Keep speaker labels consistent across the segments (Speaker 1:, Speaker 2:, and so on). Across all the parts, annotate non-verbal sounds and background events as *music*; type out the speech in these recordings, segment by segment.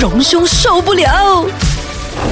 Speaker 1: 隆兄受不了。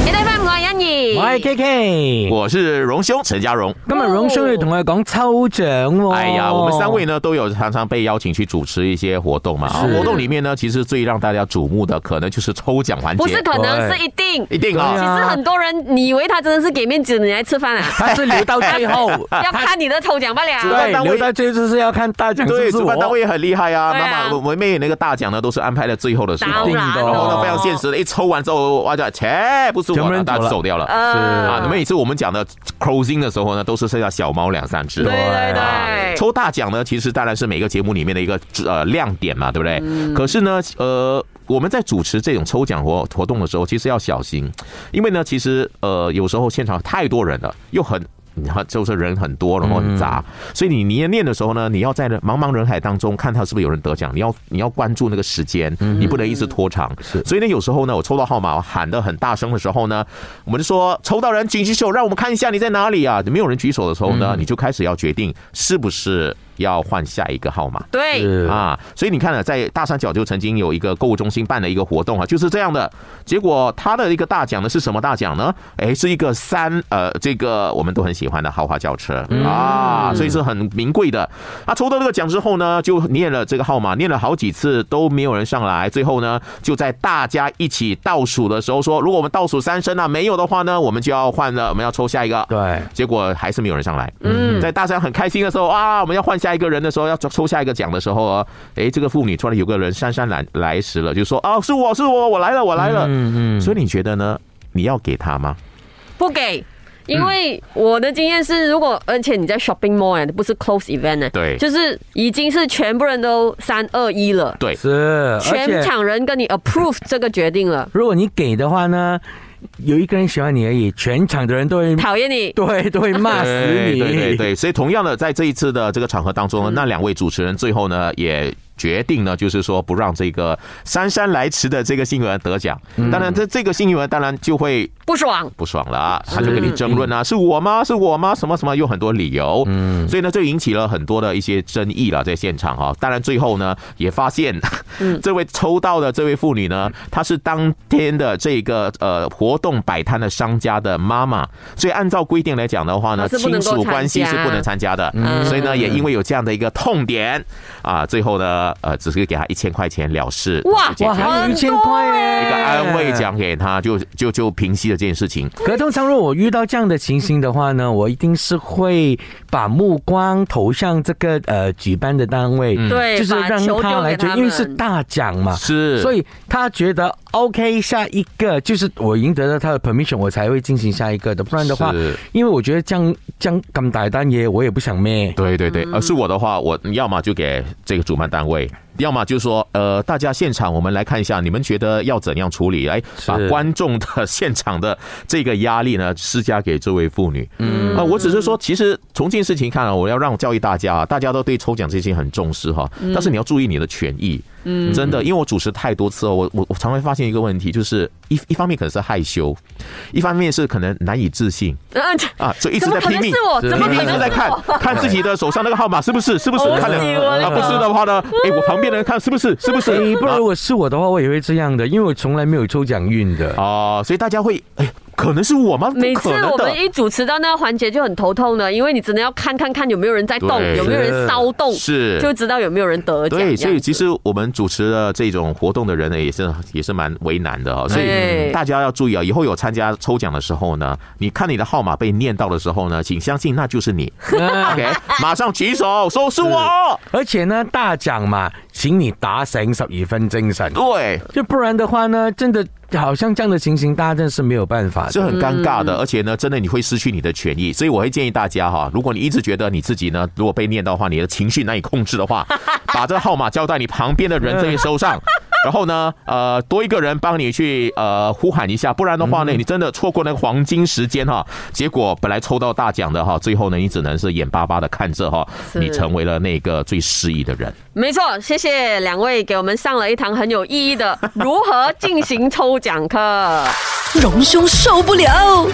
Speaker 2: 你哋翻我係欣怡，
Speaker 3: 我系 K K，
Speaker 4: 我是荣兄陈家荣。
Speaker 3: 今日荣兄要同我哋讲抽奖喎。
Speaker 4: 哎呀，我们三位呢都有常常被邀请去主持一些活动嘛。啊
Speaker 3: 是
Speaker 4: 活动里面呢，其实最让大家瞩目的可能就是抽奖环节。
Speaker 2: 不是可能
Speaker 3: 对
Speaker 2: 是一定。
Speaker 4: 一
Speaker 3: 对
Speaker 4: 定
Speaker 2: 其
Speaker 3: 啊
Speaker 4: 啊，
Speaker 2: 实很多人，你以为他真的是给面子你来吃饭啊？
Speaker 3: 他是留到最
Speaker 4: *laughs*
Speaker 3: 后，
Speaker 2: 要看你的抽奖罢
Speaker 4: 主
Speaker 2: 了。
Speaker 4: 办
Speaker 3: 对，
Speaker 4: 单位
Speaker 3: 留到最后就是要看大奖
Speaker 4: 对，
Speaker 3: 是不是
Speaker 4: 主
Speaker 3: 我
Speaker 4: 办。单位也很厉害啊。
Speaker 2: 对
Speaker 4: 妈
Speaker 2: 啊
Speaker 4: 妈，我我妹那个大奖呢，都是安排在最后的时
Speaker 2: 当
Speaker 4: 候
Speaker 3: 一，定
Speaker 2: 然
Speaker 3: 的
Speaker 2: 咯
Speaker 4: 然后呢
Speaker 3: 哦
Speaker 4: 非常现实的，一抽完之后，哇，就切，不是
Speaker 3: 全
Speaker 4: 我
Speaker 3: 部
Speaker 4: 的，
Speaker 3: 人
Speaker 4: 大家
Speaker 3: 走了
Speaker 4: 走掉了。啊，那每次我们讲的 closing 的时候呢，都是剩下小猫两三只。
Speaker 2: 对对
Speaker 4: 啊
Speaker 2: 对，
Speaker 4: 抽大奖呢，其实当然是每个节目里面的一个呃亮点嘛，对不对？
Speaker 2: 嗯
Speaker 4: 可是呢，呃。我们在主持这种抽奖活活动的时候，其实要小心，因为呢，其实呃，有时候现场太多人了，又很很就是人很多，然后很杂，所以你你念的时候呢，你要在那茫茫人海当中看他是不是有人得奖，你要你要关注那个时间，你不能一直拖长。所以呢，有时候呢，我抽到号码我喊得很大声的时候呢，我们就说抽到人举起手，让我们看一下你在哪里啊！没有人举手的时候呢，你就开始要决定是不是要换下一个号码。
Speaker 2: 对，
Speaker 3: 是
Speaker 4: 啊，所以你看了，在大三角就曾经有一个购物中心办的一个活动啊，就是这样的。结果他的一个大奖呢是什么大奖呢？哎，是一个三呃，这个我们都很喜欢的豪华轿车啊，所以是很名贵的。他抽到这个奖之后呢，就念了这个号码，念了好几次都没有人上来，最后呢，就在大家一起倒数的时候说，如果我们倒数三声啊没有的话呢，我们就要换了，我们要抽下一个。
Speaker 3: 对，
Speaker 4: 结果还是没有人上来。
Speaker 2: 嗯，
Speaker 4: 在大家很开心的时候啊，我们要换下一个人的时候，要抽下一个奖的时候啊，诶，这个妇女突然有个人姗姗来来迟了，就说啊，是我是我，我来了，我来了。
Speaker 3: 嗯嗯，
Speaker 4: 所以你觉得呢？你要给他吗？
Speaker 2: 不给。因为我的经验是，如果而且你在 shopping mall 哎，不是 close event 呢，
Speaker 4: 对
Speaker 2: 就是已经是全部人都三二一了，
Speaker 4: 对，
Speaker 3: 是，而
Speaker 2: 全
Speaker 3: 且
Speaker 2: 场人跟你 approve 这个决定了，
Speaker 3: 如果你给的话呢，有一个人喜欢你而已，全场的人都会
Speaker 2: 讨厌你。
Speaker 3: 对都会骂死
Speaker 4: 对
Speaker 3: 你。
Speaker 4: 对对对，所以同样的，在这一次的这个场合当中呢，那两位主持人最后呢也。决定呢，就是说不让这个姗姗来迟的这个新闻得奖。当然，这这个新闻当然就会
Speaker 2: 不爽。
Speaker 4: 不爽了啊，
Speaker 2: 嗯
Speaker 4: 他就跟你争论啊，是我吗？是我吗？什么什么，有很多理由，嗯，所以呢，就引起了很多的一些争议了，在现场哈、当然，最后呢，也发现
Speaker 2: 嗯
Speaker 4: *laughs* 这位抽到的这位妇女呢，她是当天的这个呃活动摆摊的商家的妈妈，所以按照规定来讲的话呢，
Speaker 2: 她啊是不能
Speaker 4: 亲
Speaker 2: 够
Speaker 4: 属关系
Speaker 2: 参
Speaker 4: 是
Speaker 2: 加
Speaker 4: 不能参加的，
Speaker 2: 嗯
Speaker 4: 所以呢，也因为有这样的一个痛点啊，最后呢，呃，只是给她一千块钱了事，啊
Speaker 2: 哇哎
Speaker 4: 就
Speaker 3: 哇，
Speaker 4: 这样
Speaker 3: 还有
Speaker 2: 很
Speaker 3: 一千
Speaker 2: 多
Speaker 3: 块耶！
Speaker 4: 一个安慰奖给她，就就就平息了这件事情。
Speaker 3: 可通常如果我遇到这样的情形的话呢，我一定是会把目光投向这个呃举办的单位，
Speaker 4: 嗯
Speaker 2: 对，
Speaker 3: 就是
Speaker 2: 哎把
Speaker 3: 让
Speaker 2: 球
Speaker 3: 他
Speaker 2: 丢
Speaker 3: 来
Speaker 2: 给
Speaker 3: 决
Speaker 2: 他们。
Speaker 3: 定，因为是大奖嘛。
Speaker 4: 是，
Speaker 3: 所以他觉得 OK，下一个就是我赢得了他的 permission，我才会进行下一个的。不然的话
Speaker 4: 是，
Speaker 3: 因为我觉得这样这样咁大单嘢，我也不想咩。
Speaker 4: 对对
Speaker 2: 嗯
Speaker 4: 对，呃，是我的话，我要么就给这个主办单位，要么就是说，呃，大家现场我们来看一下，你们觉得要怎样处理，来把
Speaker 3: 是
Speaker 4: 观众的现场的这个压力呢施加给这位妇女。嗯，啊，我只是说，其实从这件事情看啊，我要让教育大家啊，大家都对抽奖这件事情很重视哈，
Speaker 2: 嗯
Speaker 4: 但是你要注意你的权益。嗯，真的，因为我主持太多次哦，我我我常会发现一个问题，就是一一方面可能是害羞，一方面是可能难以置信
Speaker 2: 嗯，
Speaker 4: 啊，所以一直
Speaker 2: 怎
Speaker 4: 在
Speaker 2: 么可
Speaker 4: 拼
Speaker 2: 能
Speaker 4: 命
Speaker 2: 是。我？怎么
Speaker 4: 一
Speaker 2: 可
Speaker 4: 定
Speaker 2: 能
Speaker 4: 是在
Speaker 2: 是
Speaker 4: 看
Speaker 2: 我？
Speaker 4: 看自己的手上那个号码是不是是不是
Speaker 2: 哦
Speaker 4: 看
Speaker 2: 是
Speaker 4: 了
Speaker 2: 我那
Speaker 4: 啊？
Speaker 2: 个
Speaker 4: 不是的话呢，哎，我旁边的人看是不是是不
Speaker 3: 诶
Speaker 4: 是？
Speaker 3: 不然如果是我的话，我也会这样的，因为我从来没有抽奖
Speaker 2: *laughs*
Speaker 3: 运的。
Speaker 4: 哦，所以大家会哎，可能是我吗？
Speaker 2: 每
Speaker 4: 不
Speaker 2: 次
Speaker 4: 可
Speaker 2: 我
Speaker 4: 能的
Speaker 2: 们。一主持到那个环节就很头痛的，因为你真的要看看看有没有人在动，
Speaker 4: 对
Speaker 2: 有没有人骚动，
Speaker 4: 是
Speaker 2: 就知道有没有人得奖。
Speaker 4: 对，
Speaker 2: 这
Speaker 4: 所
Speaker 2: 样子
Speaker 4: 以其实我们主持的这种活动的人呢，也是也是蛮为难的哦。所以
Speaker 2: 对
Speaker 4: 大家要注意啊，以后有参加抽奖的时候呢，你看你的号码被念到的时候呢，请相信那就是你。OK，马上举手说是我。
Speaker 3: 而且呢，大奖嘛，请你打醒十二分精神，
Speaker 4: 对，
Speaker 3: 就不然的话呢，真的好像这样的情形，大家真的是没有办法
Speaker 4: 是
Speaker 3: 的。
Speaker 4: 很尴尬的，而且呢，真的你会失去你的权益，所以我会建议大家哈，如果你一直觉得你自己呢，如果被念到的话，你的情绪难以控制的话，把这个号码交在你旁边的人这边手上。然后呢，呃，多一个人帮你去呃呼喊一下，不然的话呢，你真的错过那个黄金时间哈。结果本来抽到大奖的哈，最后呢，你只能是眼巴巴的看着哈，
Speaker 2: 是
Speaker 4: 你成为了那个最失意的人。
Speaker 2: 没错，谢谢两位给我们上了一堂很有意义的如何进行抽奖课。
Speaker 1: 荣兄受不了。